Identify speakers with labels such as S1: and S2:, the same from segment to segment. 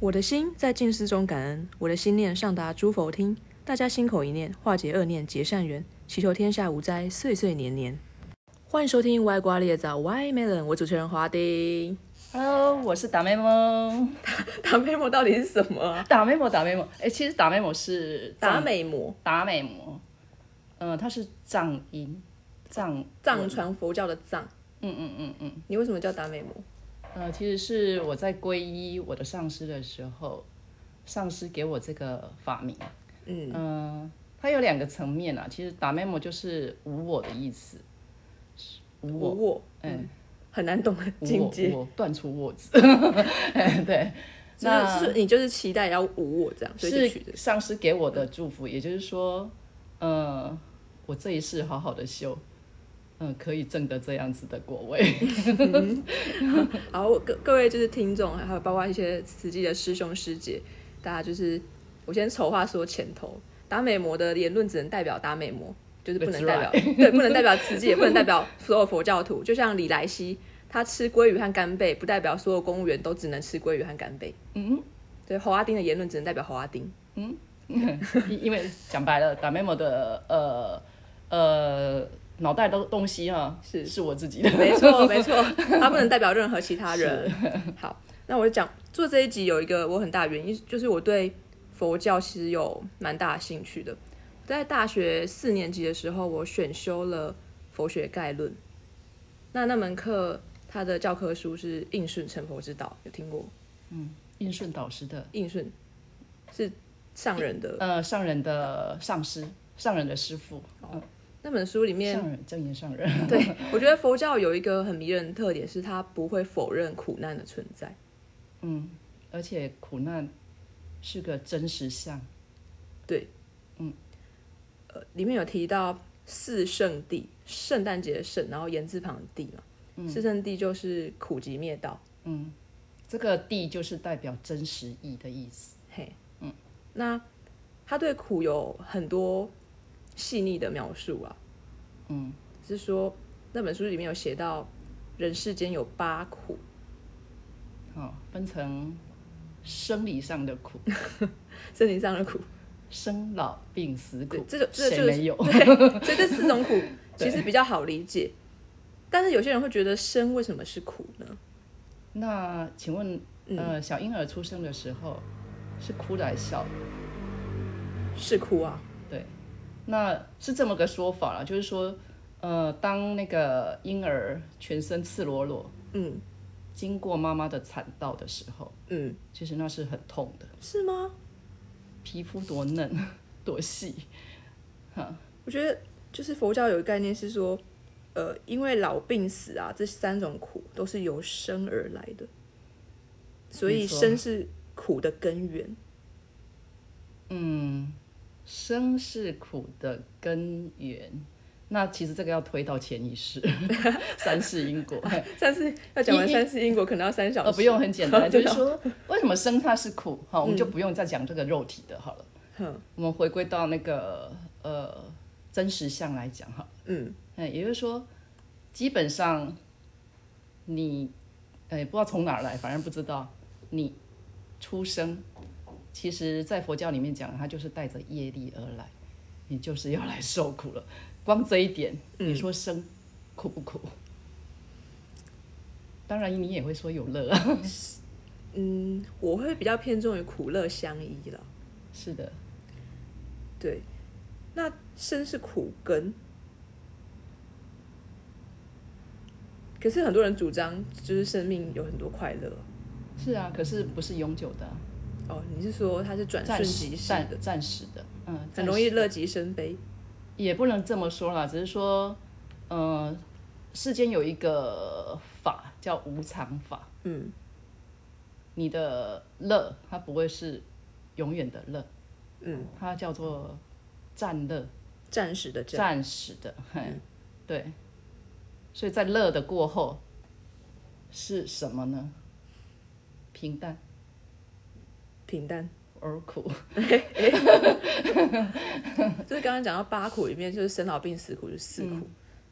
S1: 我的心在静思中感恩，我的心念上达诸佛听。大家心口一念，化解恶念，结善缘，祈求天下无灾，岁岁年年。欢迎收听歪瓜裂枣 Y Melon，我主持人华丁。
S2: Hello，我是打妹萌，
S1: 达美摩到底是什么 啊？
S2: 打妹萌，打妹萌。哎、其实打妹萌是
S1: 达
S2: 藏
S1: 美摩，
S2: 打美魔，嗯、它是藏音，藏
S1: 藏传佛教的藏。
S2: 嗯嗯嗯嗯，
S1: 你为什么叫达美摩？
S2: 呃，其实是我在皈依我的上师的时候，上师给我这个法名。
S1: 嗯，
S2: 嗯，它有两个层面啊。其实打 memo 就是无我的意思，无我，
S1: 无我，
S2: 嗯，
S1: 很难懂的
S2: 无
S1: 境
S2: 我，
S1: 界。
S2: 无我断除我 字。 哎对，
S1: 就是是你就是期待要无我这样，所以就是取的。
S2: 上师给我的祝福，也就是说，呃，我这一世好好的修，嗯、可以证得这样子的果位。
S1: 然后各各位就是听众，还有包括一些慈济的师兄师姐，大家就是我先丑话说前头，达美摩的言论只能代表达美摩，就是不能
S2: That's
S1: 代表 对，不能代表慈济，也不能代表所有佛教徒。就像李莱西，他吃鲑鱼和干贝，不代表所有公务员都只能吃鲑鱼和干贝。
S2: 嗯，
S1: 对，侯阿丁的言论只能代表侯阿丁。
S2: 因因为讲白了，打 memo 的呃呃脑袋的东西啊，
S1: 是
S2: 是我自己的。
S1: 没错，没错，他不能代表任何其他人。 好，那我就讲做这一集有一个我很大原因，就是我对佛教其实有蛮大的兴趣的。在大学四年级的时候，我选修了佛学概论，那那门课它的教科书是《应顺成佛之道》，有听过？
S2: 应顺导师的，
S1: 应顺是上人的
S2: 呃，上人的上师，上人的师傅，
S1: 那本书里面
S2: 上人正言上人。
S1: 对，我觉得佛教有一个很迷人的特点，是它不会否认苦难的存在。
S2: 嗯，而且苦难是个真实相。
S1: 呃，里面有提到四圣地，圣诞节的圣，然后言字旁的地嘛。四圣地就是苦集灭道。
S2: 嗯，这个地就是代表真实意的意思。
S1: 嘿，嗯，那他对苦有很多细腻的描述啊。
S2: 嗯，
S1: 是说那本书里面有写到，人世间有八苦，
S2: 好、哦分成生理上的苦、
S1: 森林上的苦，
S2: 生老病死苦，
S1: 对这个这个
S2: 谁
S1: 就是
S2: 没有？
S1: 所以这四种苦其实比较好理解。但是有些人会觉得生为什么是苦呢？
S2: 那请问，呃，小婴儿出生的时候是哭的还是笑的？
S1: 是苦啊，
S2: 对，那是这么个说法了，就是说，呃，当那个婴儿全身赤裸裸
S1: 嗯
S2: 经过妈妈的产道的时候，
S1: 嗯，
S2: 其实那是很痛的，
S1: 是吗？
S2: 皮肤多嫩 多细，
S1: 我觉得就是佛教有一个概念是说，呃，因为老病死啊这三种苦都是由生而来的，所以
S2: 没错
S1: 生是苦的根 源。
S2: 嗯，生是苦的根源。那其实这个要推到前一世， 三世因果。
S1: 但是要讲完
S2: 因
S1: 三世因果，可能要三小时。啊
S2: 呃，不用，很 简单，
S1: 真
S2: 就
S1: 的
S2: 是说为什么生它是苦？哈，我们就不用再讲这个肉体的好了。
S1: 嗯
S2: 我们回归到那个呃真实相来讲哈，
S1: 嗯，
S2: 嗯，也就是说，基本上你呃不知道从哪儿来，反正不知道你出生，其实在佛教里面讲，它就是带着业力而来，你就是要来受苦了。光这一点，
S1: 嗯
S2: 你说生、苦不苦？当然，你也会说有乐啊，
S1: 嗯，我会比较偏重于苦乐相依了。
S2: 是的。
S1: 对，那生是苦根，可是很多人主张就是生命有很多快乐
S2: 是啊，可是不是永久的啊，
S1: 哦。你是说它是转瞬
S2: 暂
S1: 即
S2: 时
S1: 逝
S2: 暂
S1: 的，
S2: 暂时的，嗯，
S1: 很
S2: 暂
S1: 容易
S2: 时
S1: 乐极生悲？
S2: 也不能这么说啦，只是说，呃，世间有一个法叫无常法，
S1: 嗯。
S2: 你的乐它不会是永远的乐，
S1: 嗯，
S2: 它叫做暂乐，
S1: 暂时的暂，嗯
S2: 暂时的，嘿，对，所以在乐的过后是什么呢？平淡
S1: 平 淡，
S2: 而苦，
S1: 就是刚刚讲到八苦里面，就是生老病死苦是四苦，
S2: 嗯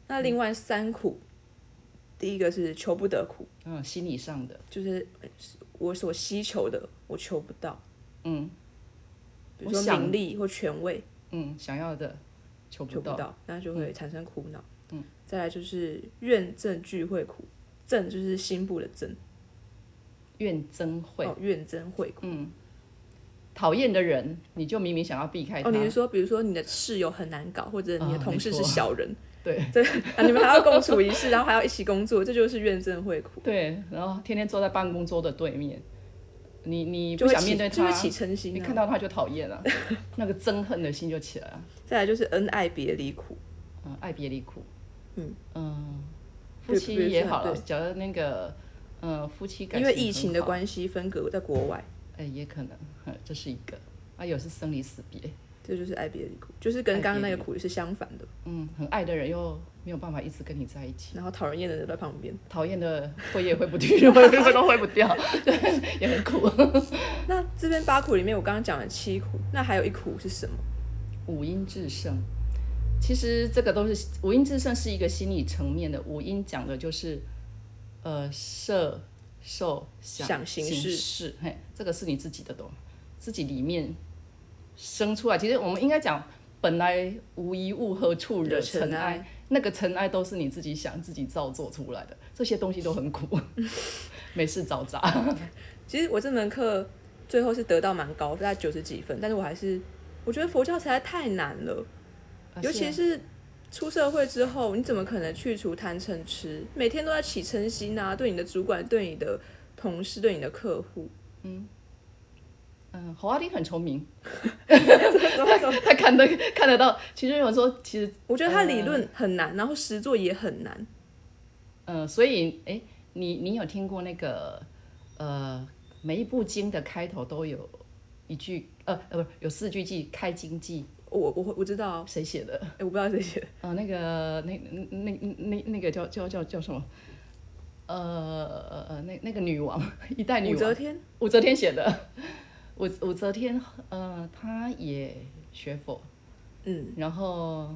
S1: 那另外三苦，第一个是求不得苦，
S2: 嗯，心理上的，
S1: 就是呃我所希求的，我求不到。
S2: 嗯，
S1: 比如说
S2: 我想
S1: 名利或权位，
S2: 嗯，想要的求
S1: 求
S2: 不
S1: 不
S2: 到，
S1: 到，那就会产生苦恼。嗯，再来就是怨憎聚会苦，憎就是心部的憎，
S2: 怨憎会，
S1: 哦，怨憎会苦。
S2: 讨厌的人，你就明明想要避开他，
S1: 哦，你是说，比如说你的室友很难搞，或者你的
S2: 啊
S1: 同事
S2: 没
S1: 是
S2: 错
S1: 小人，
S2: 对
S1: 这啊，你们还要共处一室，然后还要一起工作，这就是怨憎会苦，
S2: 对，然后天天坐在办公桌的对面，你你
S1: 就
S2: 不
S1: 会
S2: 想
S1: 起
S2: 面对
S1: 就
S2: 他
S1: 会，起嗔心
S2: 你看
S1: 啊。
S2: 到他就 讨厌了，那个憎恨的心就起来了。
S1: 再来就是恩爱别离苦，
S2: 嗯，爱别离苦。
S1: 嗯
S2: 嗯，夫
S1: 对
S2: 妻
S1: 比如
S2: 也
S1: 说
S2: 好了，
S1: 对
S2: 假如那个嗯夫妻感
S1: 因为疫情的
S2: 很好，
S1: 关系分隔在国外，
S2: 哎，也可能，呵这是一个。啊，有是生离死别，
S1: 这就是爱别离苦，就是跟刚刚那个苦是相反的。
S2: 嗯，很爱的人又没有办法一直跟你在一起，
S1: 然后讨人厌的人在旁边。
S2: 讨厌的挥也挥不 去，挥挥都挥不掉， 对，也很苦。
S1: 那这边八苦里面，我刚刚讲了七苦，那还有一苦是什么？
S2: 五音制胜，其实这个都是五音制胜是一个心理层面的。五音讲的就是，呃，色、受、
S1: 想
S2: 想、
S1: 形
S2: 式
S1: 式
S2: 嘿，这个是你自己的懂，自己里面生出来。其实我们应该讲，本来无一物，何处惹
S1: 惹尘
S2: 尘埃
S1: 埃？
S2: 那个尘埃都是你自己想、自己造作出来的，这些东西都很苦， 没事找砸。
S1: 其实我这门课最后是得到蛮高，大概九十几分，但是我还是我觉得佛教实在太难了，
S2: 啊
S1: 尤其是出社会之后，你怎么可能去除贪嗔痴？每天都在起嗔心啊，对你的主管、对你的同事、对你的客户，
S2: 嗯，侯阿丁很聪明，
S1: 怎么怎么
S2: 他看得看得到。其实有人说，其实
S1: 我觉得他理论很难，然后实作也很难。
S2: 呃，所以哎，你你有听过那个呃，每一部经的开头都有一句呃呃，不是有四句记，开经记
S1: 我我会我知道啊，
S2: 谁写的？
S1: 哎、我不知道谁写的，
S2: 呃，那个那那那那那个叫叫叫叫什么？呃呃呃，那那个女王，一代女
S1: 武
S2: 王，
S1: 则天
S2: 武则天写的。武武则天，呃，她也学佛，
S1: 嗯，
S2: 然后，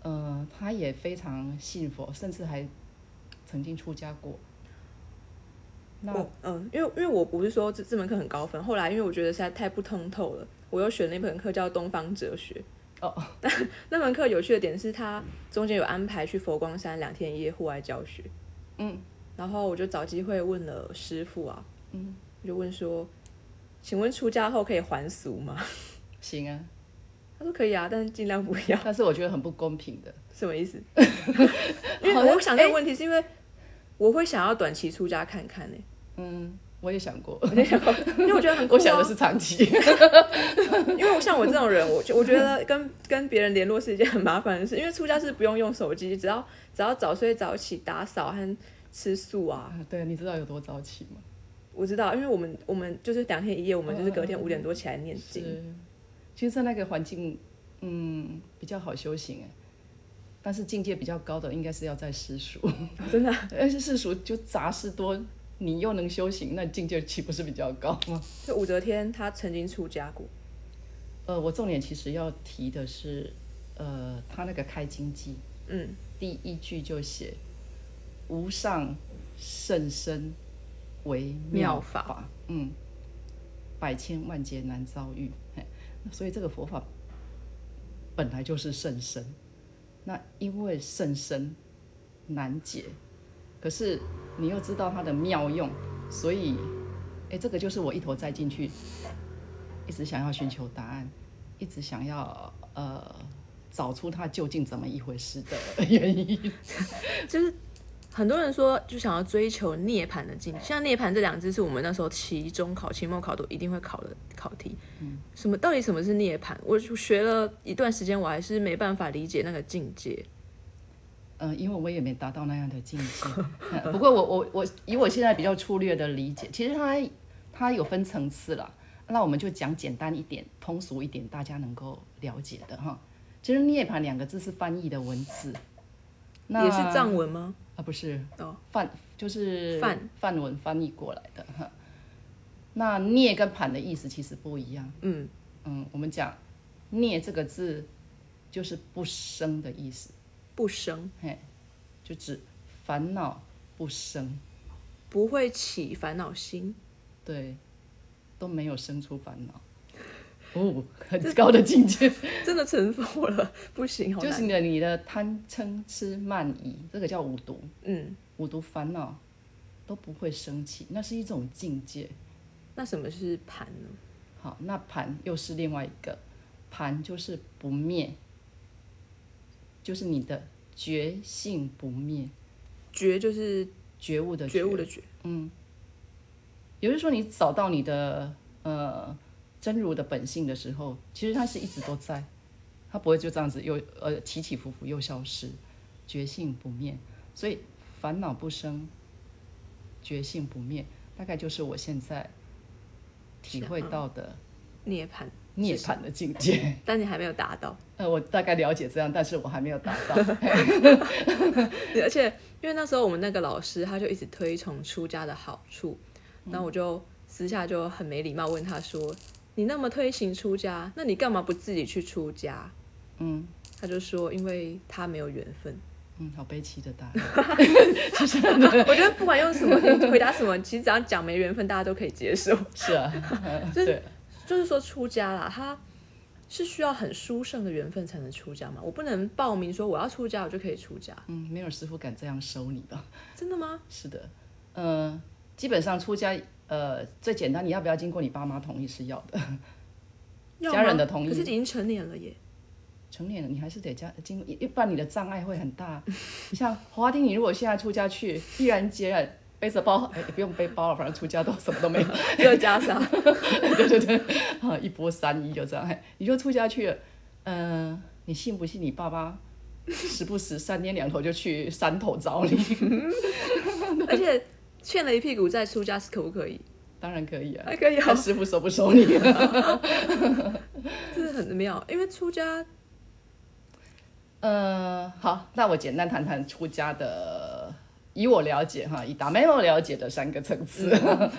S2: 呃，她也非常信佛，甚至还曾经出家过。那
S1: 我嗯，因为因为我不是说这这门课很高分，后来因为我觉得实在太不通透了，我又选了一门课叫东方哲学。
S2: 哦，
S1: 那门课有趣的点是，它中间有安排去佛光山两天一夜户外教学。
S2: 嗯，
S1: 然后我就找机会问了师傅啊，嗯，我就问说，请问出家后可以还俗吗？
S2: 行啊，
S1: 他说可以啊，但是尽量不要。
S2: 但是我觉得很不公平的。
S1: 什么意 思？因为我想这个问题是因为我会想要短期出家看看呢、
S2: 嗯，我也想 过，
S1: 因为我觉得很酷、啊。
S2: 我想的是长期。
S1: 因为我像我这种人，我就我觉得跟跟别人联络是一件很麻烦的事，因为出家是不用用手机，只要只要早睡早起、打扫和吃素啊。
S2: 啊 对，你知道有多早起吗？
S1: 我知道，因为我们我们就是两天一夜，我们就是隔天
S2: 嗯
S1: 五点多起来念经。
S2: 是，其实，在那个环境，嗯，比较好修行哎。但是境界比较高的，应该是要在 世俗，
S1: 真的啊、
S2: 而且世俗就杂事多，你又能修行，那境界岂不是比较高吗？
S1: 啊就武则天她曾经出家过，
S2: 呃，我重点其实要提的是，呃，他那个开经记
S1: 嗯，
S2: 第一句就写“无上甚深为妙
S1: 妙
S2: 法”，嗯，百千万劫难遭遇。嘿所以这个佛法本来就是甚深，那因为甚深难解，可是你又知道它的妙用，所以，哎，这个就是我一头栽进去，一直想要寻求答案，一直想要呃找出它究竟怎么一回事的 原因。
S1: 就是很多人说就想要追求涅槃的境界，像涅槃这两字是我们那时候期中考、期末考都一定会考的考题。嗯，什么到底什么是涅槃？我学了一段时间，我还是没办法理解那个境界。
S2: 呃，因为我也没达到那样的境界。呃不过我我我以我现在比较粗略的理解，其实它它有分层次啦。那我们就讲简单一点、通俗一点，大家能够了解的哈。其实“涅槃”两个字是翻译的文字，那
S1: 也是藏文吗？
S2: 啊，不是
S1: 哦，
S2: 梵就是
S1: 梵
S2: 梵文翻译过来的哈。那“涅”跟“盘”的意思其实不一样。
S1: 嗯，
S2: 嗯，我们讲“涅”这个字就是不生的意思，
S1: 不生，
S2: 就指烦恼不生。
S1: 不会起烦恼心。
S2: 对，都没有生出烦恼。 哦，很高的境界，
S1: 真的臣服了，不行，哦好
S2: 就
S1: 难。
S2: 是你的你的贪嗔痴慢疑，这个叫五毒，
S1: 嗯，
S2: 五毒烦恼都不会升起，那是一种境界。
S1: 那什么是盘呢？
S2: 好，那盘又是另外一个，盘就是不灭，就是你的觉性不灭，
S1: 觉就是
S2: 觉悟的
S1: 觉悟的觉，
S2: 也就是说，你找到你的呃真如的本性的时候，其实它是一直都在，它不会就这样子又呃起起伏伏又消失，觉性不灭，所以烦恼不生，觉性不灭，大概就是我现在体会到的
S1: 涅槃。
S2: 涅槃的境界。
S1: 但你还没有达到，
S2: 呃，我大概了解这样，但是我还没有达到。
S1: 而且因为那时候我们那个老师他就一直推崇出家的好处，然后我就私下就很没礼貌问他说：“你那么推行出家，那你干嘛不自己去出家？”
S2: 嗯
S1: 他就说：“因为他没有缘分。
S2: 嗯，好悲戚的答案。”
S1: 我觉得不管用什么回答什么，其实只要讲没缘分，大家都可以接受。
S2: 是啊，
S1: 就是
S2: 对，
S1: 就是说出家啦，他是需要很殊胜的缘分才能出家嘛。我不能报名说我要出家，我就可以出家，
S2: 嗯，没有师傅敢这样收你吧？
S1: 真的吗？
S2: 是的，呃，基本上出家，呃，最简单，你要不要经过你爸妈同意是要的。
S1: 要
S2: 家
S1: 吗
S2: 人的同意
S1: 可是已经成年了 耶。
S2: 成年了，你还是得加经，一不然你的障碍会很大。 像华丁，你如果现在出家去，毅然决然背着包，哎，不用背包了，反正出家都什么都没有。
S1: 只有袈裟，
S2: 对对对，啊，一波三一就这样，哎你就出家去了，嗯、你信不信你爸爸时不时三天两头就去山头找你？
S1: 而且欠了一屁股债出家是可不可以？
S2: 当然可以啊，
S1: 还可以啊
S2: 看师傅收不收你？
S1: 这很妙，因为出家
S2: 呃，好，那我简单谈谈出家的，以我了解哈，以达妹我了解的三个层次，
S1: 嗯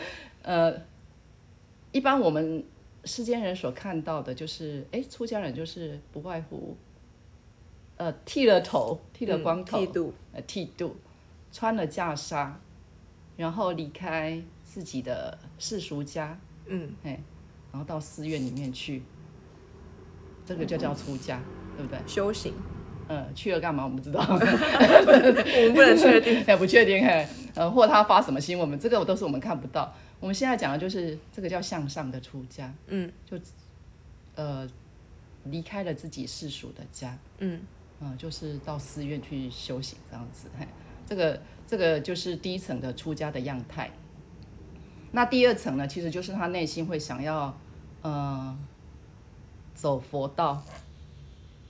S2: 呃，一般我们世间人所看到的，就是哎，出家人就是不外乎，呃，剃了头，剃了光头，
S1: 嗯剃度，
S2: 呃剃度，穿了袈裟，然后离开自己的世俗家，
S1: 嗯，
S2: 哎，然后到寺院里面去，这个就叫出家，对不对？
S1: 修行，
S2: 呃，去了干嘛？我们不知道，
S1: 我们不能确定。
S2: 哎，不确定，哎，呃，或他发什么新闻，我们这个我都是我们看不到。我们现在讲的就是这个叫向上的出家，
S1: 嗯，
S2: 就呃离开了自己世俗的家，
S1: 嗯，
S2: 嗯，就是到寺院去修行这样子。嘿，这个这个就是第一层的出家的样态。那第二层呢，其实就是他内心会想要，呃，走佛道、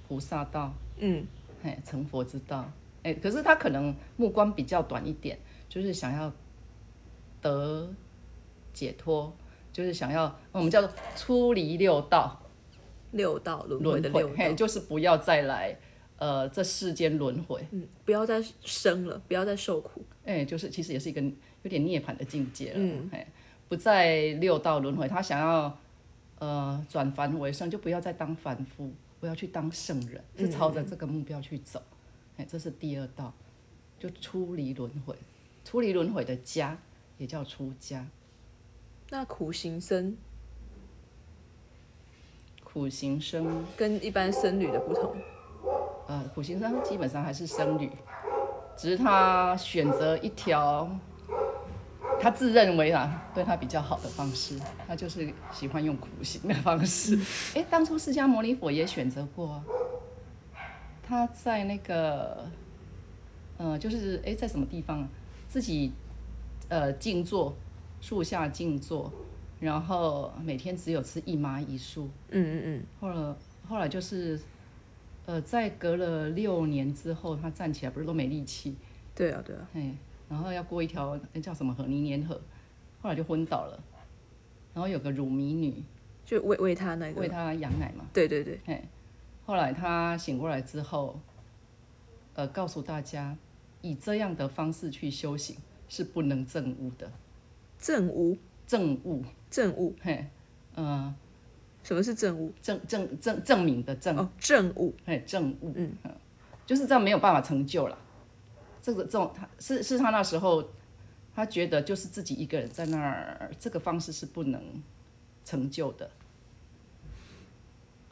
S2: 菩萨道，
S1: 嗯，
S2: 嘿，成佛之道。哎，可是他可能目光比较短一点，就是想要得解脱，就是想要我们叫做出离六道。
S1: 六道轮回
S2: 轮
S1: 的
S2: 回
S1: 六，道，
S2: 嘿，就是不要再来，呃，这世间轮回，
S1: 嗯，不要再生了，不要再受苦，
S2: 哎，就是其实也是一个有点涅槃的境界了，
S1: 嗯
S2: 嘿，不再六道轮回，他想要呃转凡为圣，就不要再当凡夫，不要去当圣人，是朝着这个目标去走，哎，这是第二道，就出离轮回，出离轮回的家也叫出家，
S1: 那苦行僧
S2: 苦行僧，
S1: 跟一般僧侣的不同，
S2: 呃，苦行僧基本上还是僧侣，只是他选择一条他自认为啊对他比较好的方式，他就是喜欢用苦行的方式。哎，当初释迦牟尼佛也选择过啊，他在那个，呃，就是哎在什么地方啊，自己呃静坐，树下静坐，然后每天只有吃一麻一树。
S1: 嗯嗯嗯，
S2: 后来后来就是，呃，在隔了六年之后，他站起来不是都没力气，
S1: 对啊对啊，
S2: 哎，然后要过一条那叫什么河泥莲河，后来就昏倒了，然后有个乳糜女
S1: 就喂喂他那
S2: 喂
S1: 个，
S2: 他羊奶嘛，
S1: 对对对，
S2: 哎，后来他醒过来之后，呃，告诉大家，以这样的方式去修行是不能证悟的，
S1: 正悟
S2: 证悟，
S1: 正悟，
S2: 嘿，呃，
S1: 什么是正悟？
S2: 证证证证明的证。
S1: 哦，正悟，
S2: 哎，正悟，
S1: 嗯
S2: 嗯，就是这样没有办法成就了。这个这种他是是他那时候他觉得就是自己一个人在那儿，这个方式是不能成就的。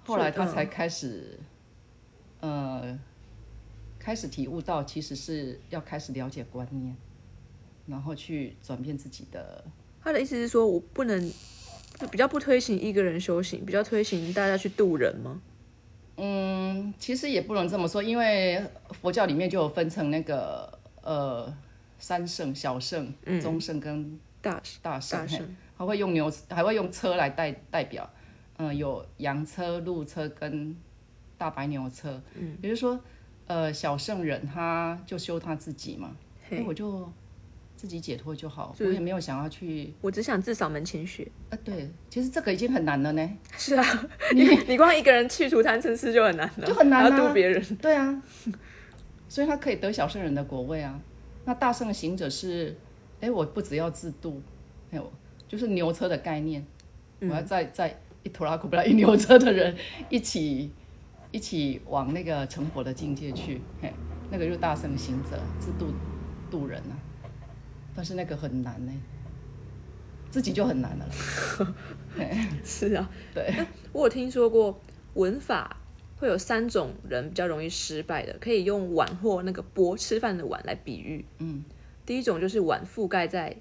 S2: 后来他才开始，呃，开始体悟到，其实是要开始了解观念，然后去转变自己的。
S1: 他的意思是说，我不能就比较不推行一个人修行，比较推行大家去渡人吗？
S2: 嗯，其实也不能这么说，因为佛教里面就有分成那个呃三圣、小圣、中圣跟
S1: 大
S2: 大圣
S1: 大，
S2: 嘿
S1: 圣
S2: 还会用牛，还会用车来代代表，嗯、有洋车、路车跟大白牛车，嗯，也就是说，呃，小圣人他就修他自己嘛，哎、
S1: 嘿，
S2: 我就自己解脱就好，
S1: 就
S2: 我也没有想要去，
S1: 我只想自扫门前雪。
S2: 啊，对，其实这个已经很难了呢，
S1: 是啊， 你你光一个人去除贪嗔痴就很难了，
S2: 就很难啊
S1: 还要渡别人。
S2: 对啊，所以他可以得小圣人的果位啊。那大圣行者是，哎，我不只要自度，还有就是牛车的概念，我要在在一拖拉苦不拉一牛车的人一起一起往那个成佛的境界去，嘿，那个就是大圣行者自度度人啊。但是那个很难呢、自己就很难了啦。
S1: 是啊，
S2: 对，
S1: 我有听说过文法会有三种人比较容易失败的，可以用碗或那个钵吃饭的碗来比喻。
S2: 嗯，
S1: 第一种就是碗覆盖在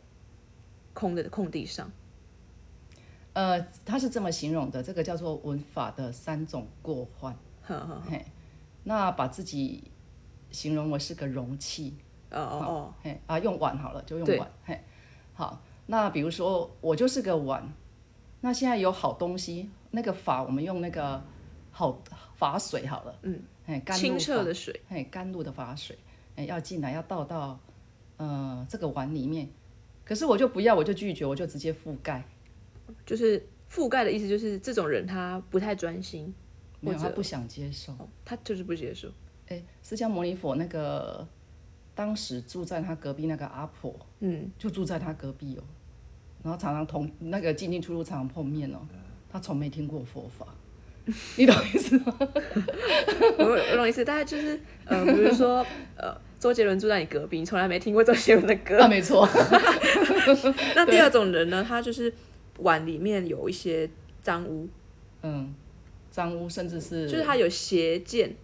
S1: 空的空地上，
S2: 呃，他是这么形容的，这个叫做文法的三种过患。
S1: 呵呵，
S2: 嘿，那把自己形容为是个容器，
S1: 哦哦
S2: 嘿啊，用碗好了，就
S1: 对
S2: 用碗，嘿，好。那比如说我就是个碗，那现在有好东西，那个法我们用那个好法水好了，嗯，哎，
S1: 哦，
S2: 甘露
S1: 清澈
S2: 法
S1: 的水，
S2: 哎，甘露的法水，哎，要进来，要倒到呃这个碗里面。可是我就不要，我就拒绝，我就直接覆盖，
S1: 就是覆盖的意思，就是这种人他不太专心，
S2: 没有，
S1: 或者
S2: 他不想接受。
S1: 哦他就是不接受。
S2: 哎，释迦牟尼佛那个当时住在他隔壁那个阿婆，
S1: 嗯，
S2: 就住在他隔壁哦，然后常常同那个进进出出常常碰面哦，他从没听过佛 法，你懂意思吗？
S1: 我我我懂意思，大概就是呃，比如说呃，周杰伦住在你隔壁，你从来没听过周杰伦的歌，
S2: 啊，没错，
S1: 那第二种人呢，他就是碗里面有一些脏污，
S2: 嗯，脏污甚至是
S1: 就是他有邪见，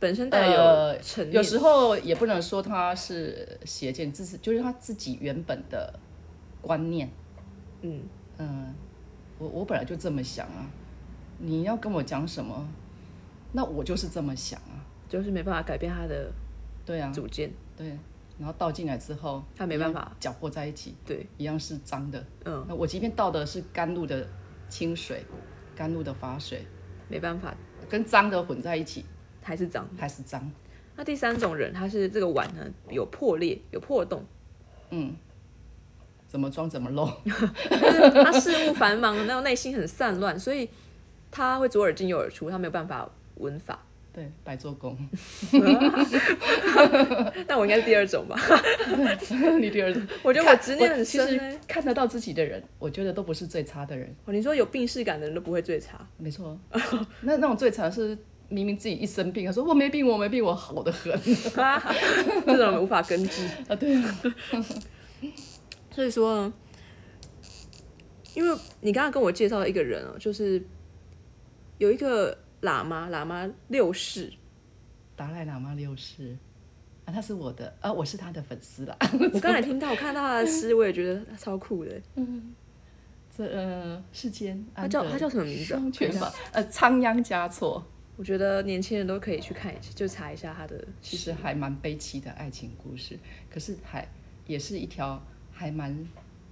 S1: 本身带
S2: 呃
S1: 有成
S2: 有时候也不能说他是邪见，自是就是他自己原本的观念，
S1: 嗯，
S2: 嗯，我我本来就这么想啊，你要跟我讲什么，那我就是这么想啊，
S1: 就是没办法改变他的
S2: 对啊，
S1: 主见，
S2: 对，然后倒进来之后，
S1: 他啊没办法，
S2: 搅和在一起，
S1: 对，
S2: 一样是脏的。
S1: 嗯，
S2: 那我即便倒的是甘露的清水，甘露的法水，
S1: 没办法，
S2: 跟脏的混在一起
S1: 还是脏。
S2: 还是脏。
S1: 那第三种人，他是这个碗呢有破裂、有破洞，
S2: 嗯怎么装怎么 漏，
S1: 就是他事务繁忙，然后内心很散乱，所以他会左耳进右耳出，他没有办法闻法。
S2: 对，白做工。
S1: 但我应该是第二种吧？
S2: 你第二种，
S1: 我觉得我执念很
S2: 其实
S1: 深、欸。
S2: 看得到自己的人，我觉得都不是最差的人。
S1: 哦，你说有病逝感的人都不会最 差。
S2: 没错，那那种最惨是明明自己一生病，他说我没病，我没病，我好 的很。
S1: 这种无法根治。
S2: 啊，对啊，
S1: 所以说呢，因为你刚刚跟我介绍了一个人哦，就是有一个喇嘛，喇嘛六 世，
S2: 达赖喇嘛六世啊，他是我的啊，我是他的粉丝啦。
S1: 我刚才听到，我看到他的诗，我也觉得他超酷的。
S2: 这呃，世间安
S1: 叫
S2: 得
S1: 他叫什么名字啊
S2: 双全法呃，仓央嘉措，
S1: 我觉得年轻人都可以去看一下，就查一下他的
S2: 其实还蛮悲戚的爱情故事，可是还也是一条还蛮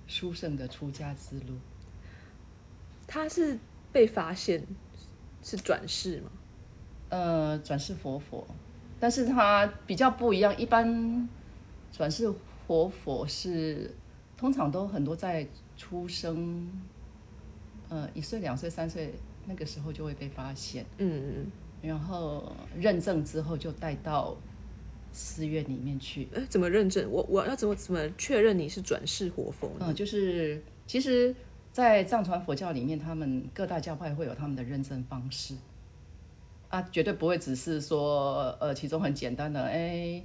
S2: 殊胜的出家之路。
S1: 他是被发现是转世嘛？
S2: 呃，转世活佛，但是它比较不一样，一般转世活佛是通常都很多在出生，呃，一岁、两岁、三岁那个时候就会被发现。
S1: 嗯，
S2: 然后认证之后就带到寺院里面去。
S1: 呃，怎么认证？我我要怎么怎么确认你是转世活佛呢？
S2: 嗯，就是其实，在藏传佛教里面，他们各大教派会有他们的认证方式，啊，绝对不会只是说呃，其中很简单的，哎，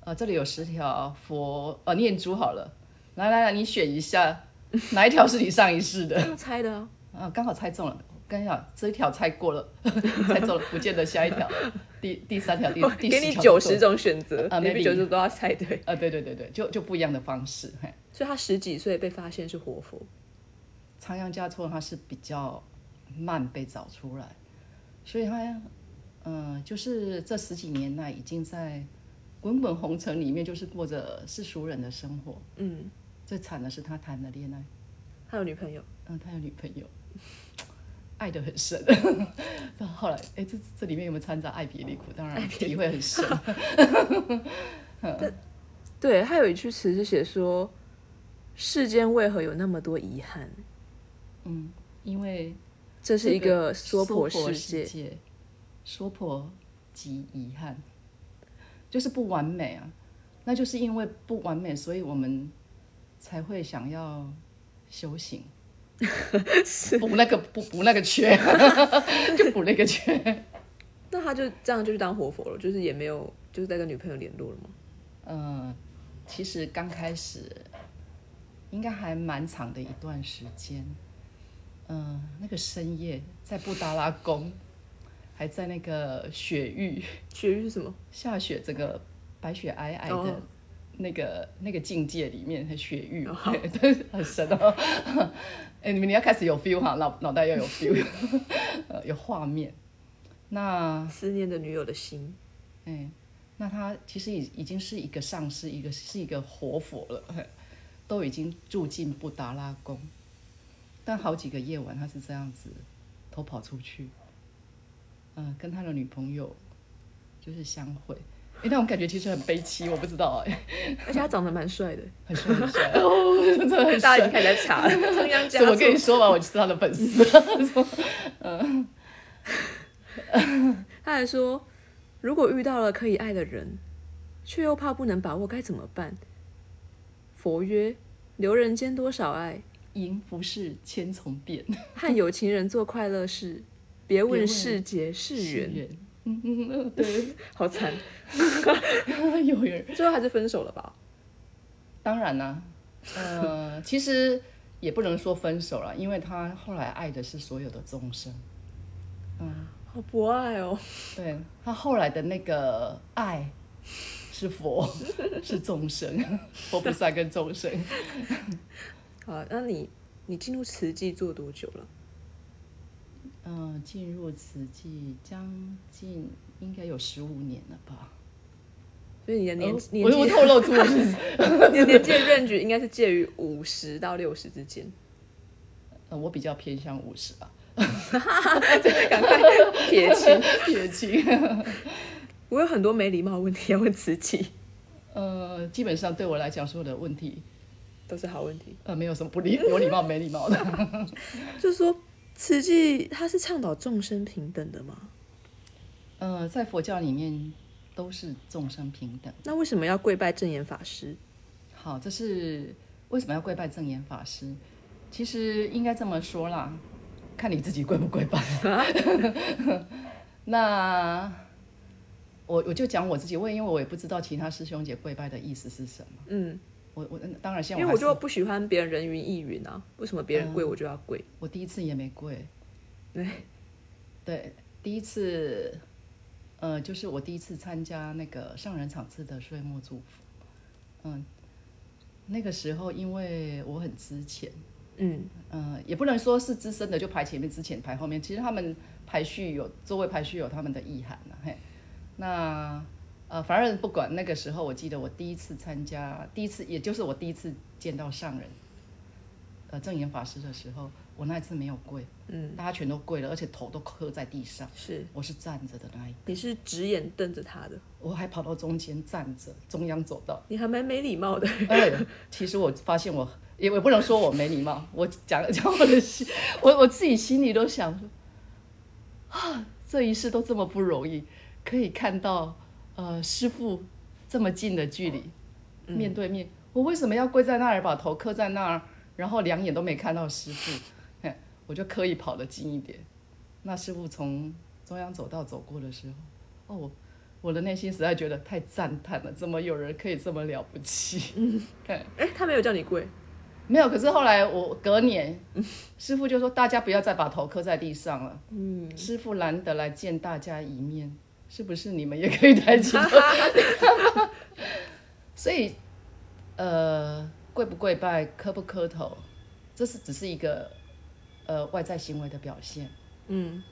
S2: 呃，这里有十条佛呃念珠好了，来来来，你选一下，哪一条是你上一世的？
S1: 这样猜的啊。
S2: 啊，刚好猜中了。跟你讲，这一条猜过了， 猜中了，不见得下一条，第第三条、第
S1: 我
S2: 第
S1: 哦给
S2: 十
S1: 你
S2: 条
S1: 九
S2: 就中
S1: 十种选择
S2: 啊，
S1: 你
S2: maybe
S1: 必九十都要猜对。
S2: 啊，对对对对，就就不一样的方式。嘿，
S1: 所以他十几岁被发现是活佛，
S2: 仓央嘉措他是比较慢被找出来，所以他，嗯、就是这十几年来已经在滚滚红尘里面，就是过着世俗人的生活。
S1: 嗯，
S2: 最惨的是他谈了恋爱，
S1: 他有女朋友，
S2: 嗯，他有女朋友，爱得很深。 但后来，哎，这这里面有没有掺杂爱别离苦？当然，体会很深。
S1: 对他有一句词是写说，世间为何有那么多遗憾？
S2: 嗯，因为
S1: 这是一个
S2: 娑
S1: 娑婆
S2: 世
S1: 世界，
S2: 界，娑婆即遗憾，就是不完美啊。那就是因为不完美，所以我们才会想要修 行，补那个补补那个缺， 就补那个缺。
S1: 那他就这样就去当活佛了，就是也没有就是在跟女朋友联 络了嘛。
S2: 嗯，其实刚开始应该还蛮长的一段时间。嗯，那个深夜在布达拉宫，还在那个雪域
S1: 雪域是什么？
S2: 下雪，这个白雪皑皑
S1: 哦
S2: 的那个、那个境界里面，雪域、
S1: 哦
S2: 对，很神哦。 哎，你们你要开始有 feel 哈，脑脑袋要有 feel，呃，有画面。那
S1: 思念的女友的心，
S2: 哎，那他其实已已经是一个上师，一个是一个活佛了， 嘿都已经住进布达拉宫。但好几个夜晚，他是这样子偷跑出去，嗯、跟他的女朋友就是相会。哎，那种感觉其实很悲凄，我不知道哎、
S1: 而且他长得蛮帅的，
S2: 很帅 很帅，哦，真的 很
S1: 大家已经。开
S2: 帅
S1: 始在查 了，仓央嘉
S2: 所以我跟你
S1: 措。
S2: 说吧，我就是他的粉丝。
S1: 他还说，如果遇到了可以爱的人，却又怕不能把握，该怎么办？佛曰：留人间多少爱，
S2: 迎服饰千重变，
S1: 和有情人做快乐事，别
S2: 别
S1: 问
S2: 问
S1: 世节是缘。
S2: 缘，嗯嗯嗯，对，
S1: 好 惨，
S2: 有缘。
S1: 最后还是分手了吧？
S2: 当然啦、 呃，其实也不能说分手了，因为他后来爱的是所有的众生，
S1: 好博爱哦，
S2: 对他后来的那个爱是佛， 是众生， 佛菩萨跟 众生。
S1: 好，啊那你你进入慈济做多久了？
S2: 嗯、进入慈济将近应该有十五年了吧？
S1: 所以你的年
S2: 哦
S1: 年
S2: 我我
S1: 纪，
S2: 透露出我 是，
S1: 你的年纪的 range 应该是介于五十到六十之 间，
S2: 呃，我比较偏向五 十吧，
S1: 赶快撇清。
S2: 撇清。
S1: 我有很多没礼貌的问题要问慈济，
S2: 呃，基本上对我来讲，所有的问题，
S1: 都是好问题。
S2: 呃，没有什么不礼有礼貌没礼貌的。
S1: 就是说，慈济它是倡导众生平等的吗？
S2: 呃，在佛教里面都是众生平等。
S1: 那为什么要跪拜正言法师？
S2: 好，这是为什么要跪拜正言法师？其实应该这么说啦，看你自己跪不跪拜。 那我我就讲我自己，我也因为我也不知道其他师兄姐跪拜的意思是什么。
S1: 嗯，
S2: 我我当然现
S1: 因为
S2: 在我
S1: 我
S2: 还是嗯
S1: 就不喜欢别人人云亦云啊，为什么别人跪我就要跪？
S2: 我第一次也没跪。
S1: 对
S2: 对，第一次，呃，就是我第一次参加那个上人场次的岁末祝福，嗯，那个时候因为我很之前，
S1: 嗯，
S2: 嗯、也不能说是资深的就排前面，之前排后面，其实他们排序有座位排序有他们的意涵啊，嘿，那呃，反正不管那个时候，我记得我第一次参加，第一次也就是我第一次见到上人，呃，正言法师的时候，我那一次没有跪，
S1: 嗯，
S2: 大家全都跪了，而且头都磕在地上。
S1: 是，
S2: 我是啊站着的那一，
S1: 你是直眼瞪着他的，
S2: 我还跑到中间站着，中央走道。
S1: 你还蛮没礼貌的。
S2: 哎，其实我发现我也我也不能说我没礼貌， 我讲讲我的心， 我我自己心里都想说，啊，这一世都这么不容易，可以看到呃师傅这么近的距离，面对面，我为什么要跪在那儿把头磕在那儿，然后两眼都没看到师傅， 嘿我就刻意跑得近一点。那师傅从中央走道走过的时候，哦，我我的内心实在觉得太赞叹了，怎么有人可以这么了不起？
S1: 哎、他没有叫你跪，
S2: 没有，可是后来我隔年，师傅就说大家不要再把头磕在地上了。嗯，师傅难得来见大家一面，是不是你们也可以抬起头？所以，呃，跪不跪拜，磕不磕头，这是只是一个呃外在行为的表现。
S1: 嗯，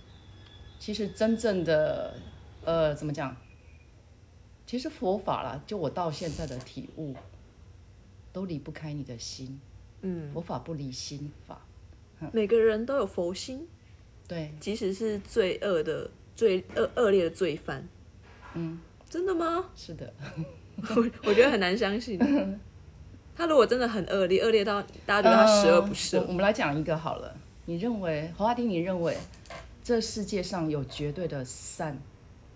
S2: 其实真正的呃怎么讲？其实佛法啦，就我到现在的体悟，都离不开你的心。嗯，佛法不离心法。
S1: 每个人都有佛心，
S2: 对，
S1: 即使是罪恶的、最恶恶劣的罪犯。嗯， 真的吗？
S2: 是的，
S1: 我我觉得很难相 信。他如果真的很恶劣，恶劣到大家觉得他十恶不赦
S2: 呃。我我们来讲一个好了，你认为侯阿丁，你认为这世界上有绝对的善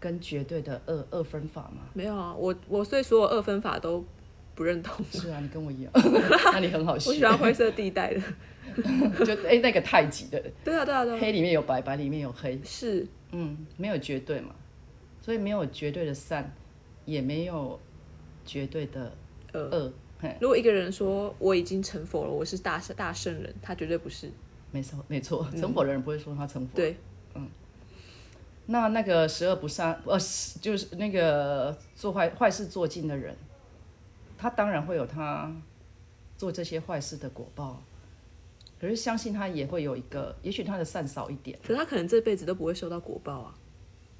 S2: 跟绝对的恶二分法 吗？
S1: 没有啊，我我对所有二分法都不认同，
S2: 是啊，你跟 我一样，那你很好
S1: 我
S2: 笑，
S1: 喜欢灰色地带的。
S2: 就哎、那个太极的，
S1: 对啊，对啊，对啊，
S2: 黑里面有白，白里面有黑，
S1: 是
S2: 嗯，没有绝对嘛，所以没有绝对的善，也没有绝对的
S1: 呃。
S2: 恶，嘿，
S1: 如果一个人说我已经成佛了，我是大圣大圣人，他绝对不是。
S2: 没错没错，
S1: 嗯
S2: 成佛的人不会说他成佛，
S1: 对，
S2: 那那个十恶不善，呃，是就是那个做坏坏事做尽的人，他当然会有他做这些坏事的果报，可是相信他也会有一个，也许他的善少一点，
S1: 可是他可能这辈子都不会受到果报啊。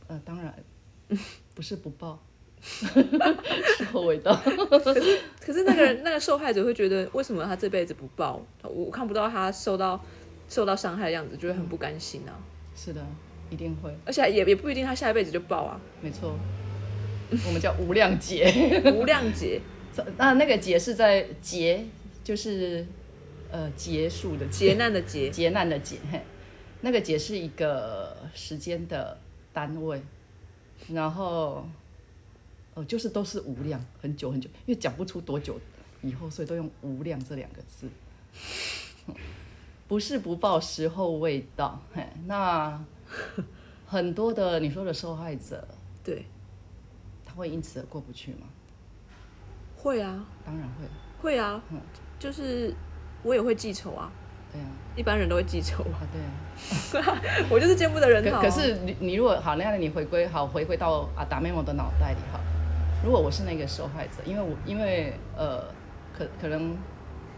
S2: 呃，当然不是不报，是后悔到，
S1: 可是那个人那个受害者会觉得，为什么他这辈子不报？我我看不到他受到受到伤害的样子，就会很不甘心啊。
S2: 是的，一定会，
S1: 而且也也不一定他下一辈子就报啊，
S2: 没错，我们叫无量劫。
S1: 无量劫。
S2: 那那个劫是在劫，就是呃结束的
S1: 劫难的劫，
S2: 劫难的劫，嘿，那个劫是一个时间的单位，然后呃就是都是无量，很久很久，因为讲不出多久以后，所以都用无量这两个字。 不是不报，时候未到。嘿，那很多的你说的受害者，
S1: 对，
S2: 他会因此而过不去吗？
S1: 会啊，
S2: 当然会，
S1: 会啊，就是我也会记仇啊，
S2: 对啊，
S1: 一般人都会记仇啊，
S2: 啊对啊。
S1: 我就是见不得人好、
S2: 可
S1: 啊
S2: 可是你你如果好，那样你回归好，回归到阿达妹妹的脑袋里好。如果我是那个受害者，因为我因为呃，可可能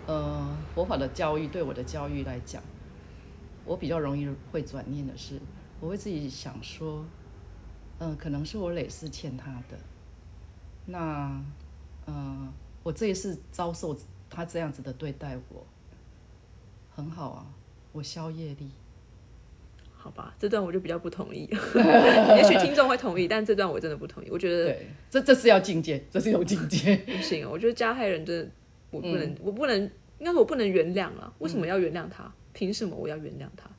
S2: 呃，佛法的教育对我的教育来讲，我比较容易会转念的是，我会自己想说，嗯、可能是我累世欠他的，那呃，我这一次遭受他这样子的对待我，很好啊，我消业力。
S1: 好吧，这段我就比较不同 意，也许听众会同意，但这段我真的不同意，我觉得
S2: 对，这这是要境界，这是一种境界。
S1: 不行，哦我觉得加害人真的我不能，我不能，应该说我不能原谅了，为什么要原谅他？凭什么我要原谅他？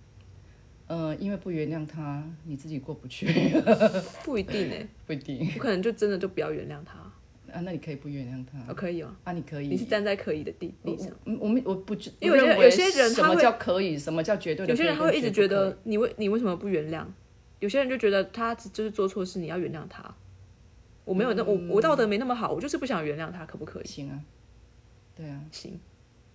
S2: 呃，因为不原谅他，你自己过不去，
S1: 不一定哎、
S2: 不一定
S1: 我可能就真的就不要原谅他，
S2: 啊。那你可以不原谅
S1: 啊，
S2: 他
S1: 可以吗？
S2: 啊，你可
S1: 你
S2: 以。
S1: 是站在可以的地
S2: 我
S1: 立场，
S2: 我我们我不觉，
S1: 因为
S2: 我
S1: 我觉得有
S2: 认
S1: 些人
S2: 什
S1: 他
S2: 么
S1: 会
S2: 叫可以，什么叫绝对的
S1: 有些
S2: 可以跟
S1: 人
S2: 绝不
S1: 他
S2: 可以，
S1: 会一直觉得你为你为什么不原谅？有些人就觉得他只就是做错事，你要原谅他。我没有那我我道德没那么好，我就是不想原谅他，可不可以？
S2: 行啊，对啊，
S1: 行，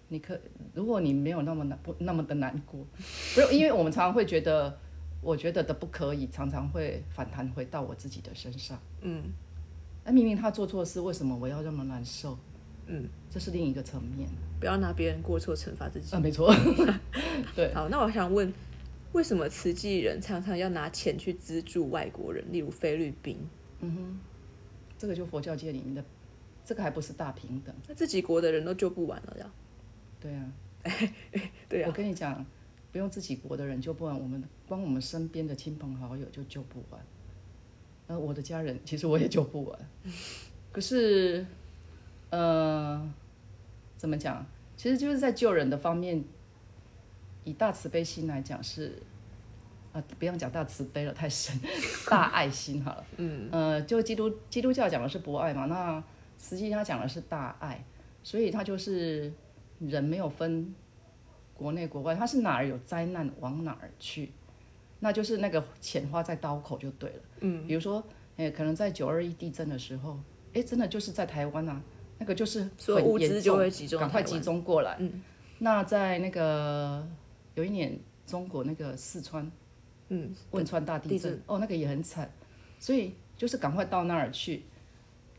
S2: 你可如果你没有那么难不那么的难过， 不是因为我们常常会觉得，我觉得的不可以，常常会反弹回到我自己的身上。
S1: 嗯，
S2: 那明明他做错事，为什么我要那么难受？
S1: 嗯，
S2: 这是另一个层面。
S1: 不要拿别人过错惩罚自己。
S2: 啊，没错，对。
S1: 好，那我想问，为什么慈济人常常要拿钱去资助外国人，例如菲律宾？
S2: 这个就佛教界里面的，这个还不是大平等，
S1: 那自己国的人都救不完了呀。
S2: 对啊，
S1: 对
S2: 我
S1: 啊，
S2: 跟你讲，不用自己国的人救不完，我们光我们身边的亲朋好友就救不完。呃，我的家人其实我也救不完， 可是，呃，怎么讲？其实就是在救人的方面，以大慈悲心来讲是，啊、不用讲大慈悲了，太深， 大爱心好了。嗯，呃，就基督基督教讲的是博爱嘛，那实际他讲的是大爱，所以他就是人没有分国内国外，它是哪儿有灾难往哪儿去，那就是那个钱花在刀口就对了。嗯，比如说，哎、哎，可能在九二一地震的时候，哎，真的就是在台湾啊，那个就是
S1: 所有
S2: 很
S1: 物
S2: 严
S1: 资
S2: 重
S1: 就会集中
S2: 赶快
S1: 台湾
S2: 集中过来。嗯，那在那个有一年中国那个四川，
S1: 嗯，
S2: 汶川大地
S1: 地
S2: 震，哦，那个也很惨，所以就是赶快到那儿去，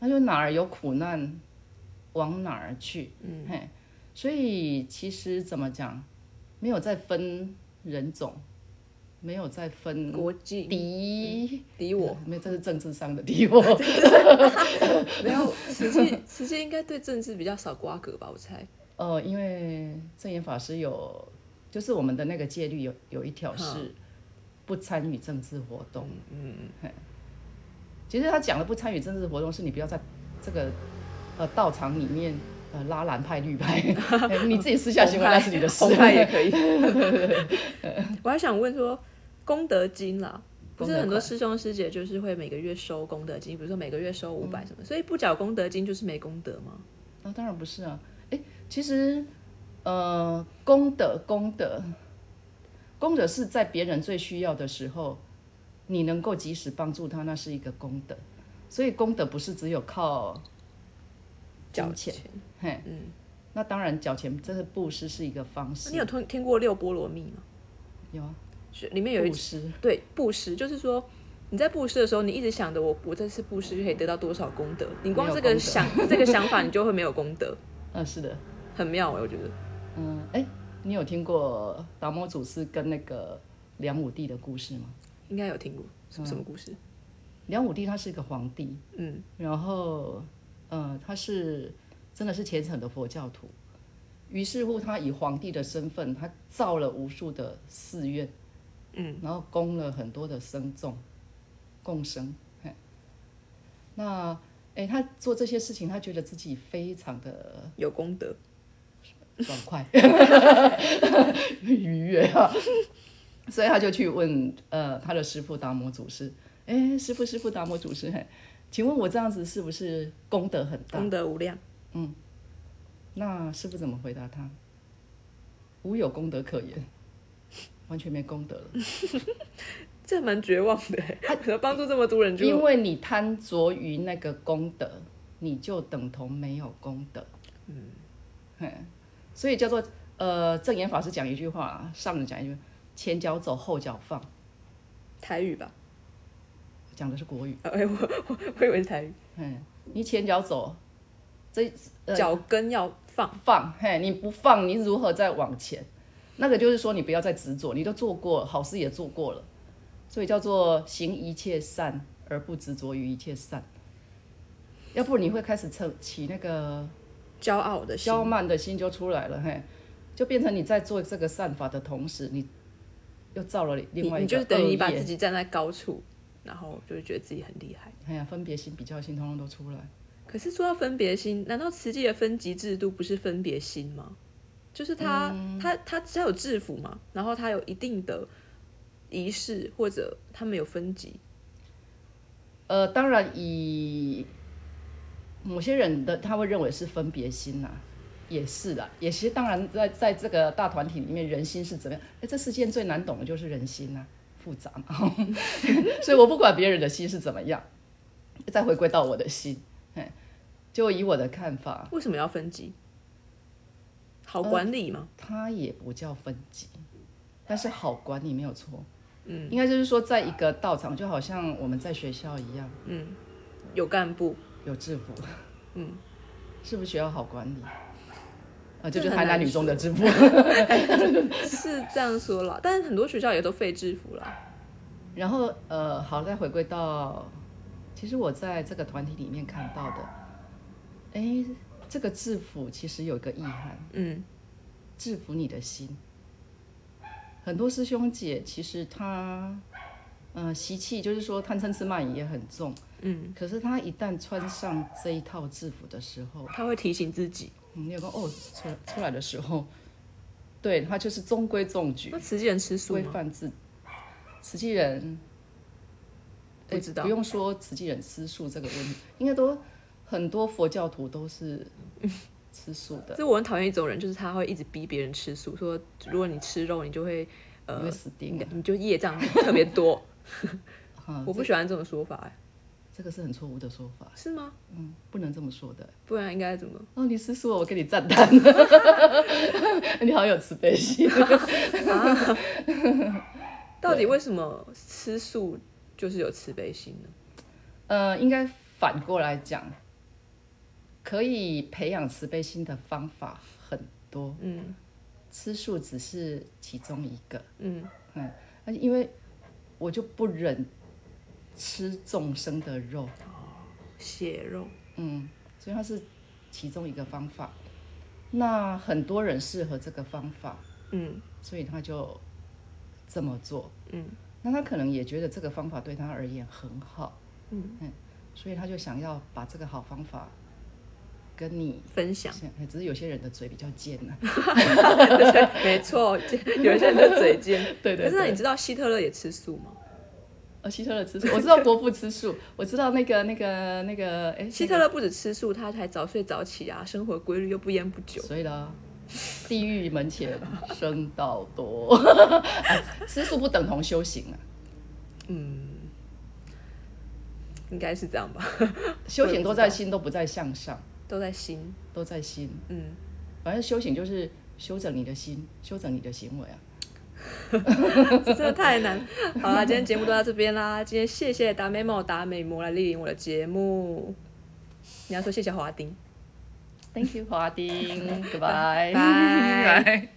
S2: 那就哪儿有苦难往哪儿去，嗯，嘿，所以其实怎么讲，没有再分人种，没有再分
S1: 国际
S2: 敌。
S1: 敌 我，
S2: 没有，这是政治上的敌我。
S1: 没有实际实际应该对政治比较少瓜葛吧，我猜。
S2: 呃，因为正言法师有，就是我们的那个戒律有有一条是不参与政治活动。嗯嗯其实他讲的不参与政治活动，是你不要在这个呃道场里面呃拉蓝派绿派， 你自己私下行为那是你的事
S1: 红。派也可 以。我还想问说，功德金啦，不是
S2: 功德款
S1: 很多师兄师姐就是会每个月收功德金，比如说每个月收五百
S2: 嗯
S1: 什么，所以不缴功德金就是没功德吗？
S2: 那、当然不是啊。哎，其实呃，功德功德，功德是在别人最需要的时候，你能够及时帮助他，那是一个功德。所以功德不是只有靠金
S1: 缴
S2: 钱，嘿，嗯，那当然缴钱，这个布施是一个方
S1: 那
S2: 式
S1: 你。有听听过六波罗蜜吗？
S2: 有啊，
S1: 是里面有一
S2: 布施，
S1: 对布施，就是说你在布施的时候，你一直想着我我这次布施可以得到多少功德，你光
S2: 没有
S1: 这
S2: 功
S1: 个
S2: 德
S1: 想 这个想法，你就会没有功德，
S2: 嗯，是的，
S1: 很妙哎、我觉得。
S2: 嗯，哎，你有听过达摩祖师跟那个梁武帝的故事吗？
S1: 应该有听过什么什么故事？
S2: 梁武帝他是一个皇帝，
S1: 嗯，
S2: 然后，呃，他是真的是虔诚的佛教徒，于是乎他以皇帝的身份，他造了无数的寺院，嗯，然后供了很多的僧众，共生。嘿那，哎，他做这些事情，他觉得自己非常的
S1: 有功德，
S2: 爽快，愉悦啊。所以他就去问呃他的师傅达摩祖师，哎，师傅师傅达摩祖师，嘿，请问我这样子是不是功德很大？
S1: 功德无量，
S2: 那师傅怎么回答他？无有功德可言，完全没功德了，
S1: 这蛮绝望的、欸。能 帮助这么多人就，
S2: 因为你贪着于那个功德，你就等同没有功德。嗯，所以叫做呃正言法师讲一句话，上人讲一句，前脚走，后脚放。
S1: 台语吧？
S2: 讲的是国语。
S1: 啊哎、我我我以为是台语，
S2: 嗯，你前脚走，这呃
S1: 脚跟要放，
S2: 放，嘿，你不放，你如何再往前？那个就是说，你不要再执着，你都做过，好事也做过了，所以叫做行一切善而不执着于一切善。要不你会开始起起那个
S1: 骄傲的心
S2: 骄。慢的心就出来了，嘿，就变成你在做这个善法的同时，你又造了
S1: 你
S2: 另外一个
S1: 你就是等于你把
S2: 恶业
S1: 自己站在高处，然后就会觉得自己很厉害。
S2: 哎呀，分别心、比较心，通通都出来。
S1: 可是说到分别心，难道慈济的分级制度不是分别心吗？就是他、他他只要有制服嘛，然后他有一定的仪式，或者他们有分级，
S2: 呃，当然以某些人的他会认为是分别心呐、也是啦，也其实当然在在这个大团体里面，人心是怎么样？哎，这世界最难懂的就是人心呐、复杂嘛。 所以我不管别人的心是怎么样，再回归到我的心，哎，就以我的看法，
S1: 为什么要分级？好管理吗？
S2: 它也不叫分级，但是好管理没有错。嗯，应该就是说，在一个道场，就好像我们在学校一样。
S1: 有干部，
S2: 有制服，嗯， 是不是学校好管理？啊，
S1: 这
S2: 这就是
S1: 很
S2: 台南
S1: 难
S2: 女中 的制服。
S1: 是这样说啦，但是很多学校也都废制服啦。
S2: 然后呃，好，再回归到，其实我在这个团体里面看到的，哎，这个制服其实有一个意涵，
S1: 嗯，
S2: 制服你的心。很多师兄姐其实他，呃，习气就是说贪嗔痴慢疑也很重，嗯，可是他一旦穿上这一套制服的时候，
S1: 他会提醒自己。
S2: 嗯，有个哦出来出来的时候，对他就是中规中矩，
S1: 那慈济人吃素
S2: 规
S1: 吗？
S2: 范自。慈济人，
S1: 不
S2: 诶
S1: 知道
S2: 不用说慈济人吃素这个问题，应该都很多佛教徒都是吃素的，
S1: 这我很讨厌一种人，就是他会一直逼别人吃素，说如果你吃肉，你就会
S2: 因
S1: 呃
S2: 为，死定
S1: 你
S2: 了。
S1: 你就业障特别多。
S2: 哈
S1: 我不喜欢这种说法、哎
S2: 这个是很错误的说法，
S1: 是吗？
S2: 嗯，不能这么说的。
S1: 不然应该怎么？
S2: 哦，你吃素了，我给你赞叹， 你好有慈悲心。
S1: 到底为什么吃素就是有慈悲心呢？
S2: 呃，应该反过来讲，可以培养慈悲心的方法很多，
S1: 嗯
S2: 吃素只是其中一个。
S1: 嗯
S2: 嗯，而且因为我就不忍吃众生的肉，
S1: 血肉，
S2: 嗯，所以它是其中一个方法。那很多人适合这个方法，
S1: 嗯
S2: 所以他就这么做。
S1: 嗯
S2: 那他可能也觉得这个方法对他而言很好，
S1: 嗯，
S2: 所以他就想要把这个好方法跟你
S1: 分 享，
S2: 像只是有些人的嘴比较尖啊呐、
S1: 对，没错，有一些人就嘴尖。
S2: 对
S1: 可是那你知道希特勒也吃素吗？
S2: 呃，希特勒吃素，我知道国父吃素， 我知道那个那个那个，哎、
S1: 希特勒不止吃素，他还早睡早起啊，生活规律又不烟不酒。
S2: 所以呢，地狱门前生道多， 哎吃素不等同修行啊，
S1: 嗯，应该是这样吧，
S2: 修行都在心，都不在向上，
S1: 都在心。
S2: 都在心。
S1: 嗯，
S2: 反正修行就是修整你的心，修整你的行为啊。
S1: 这真的太难。好啦，今天节目都到这边啦。今天谢谢达美某达美魔来莅临我的节目。你要说谢谢华丁。
S2: Thank you，华丁，Goodbye，
S1: 拜。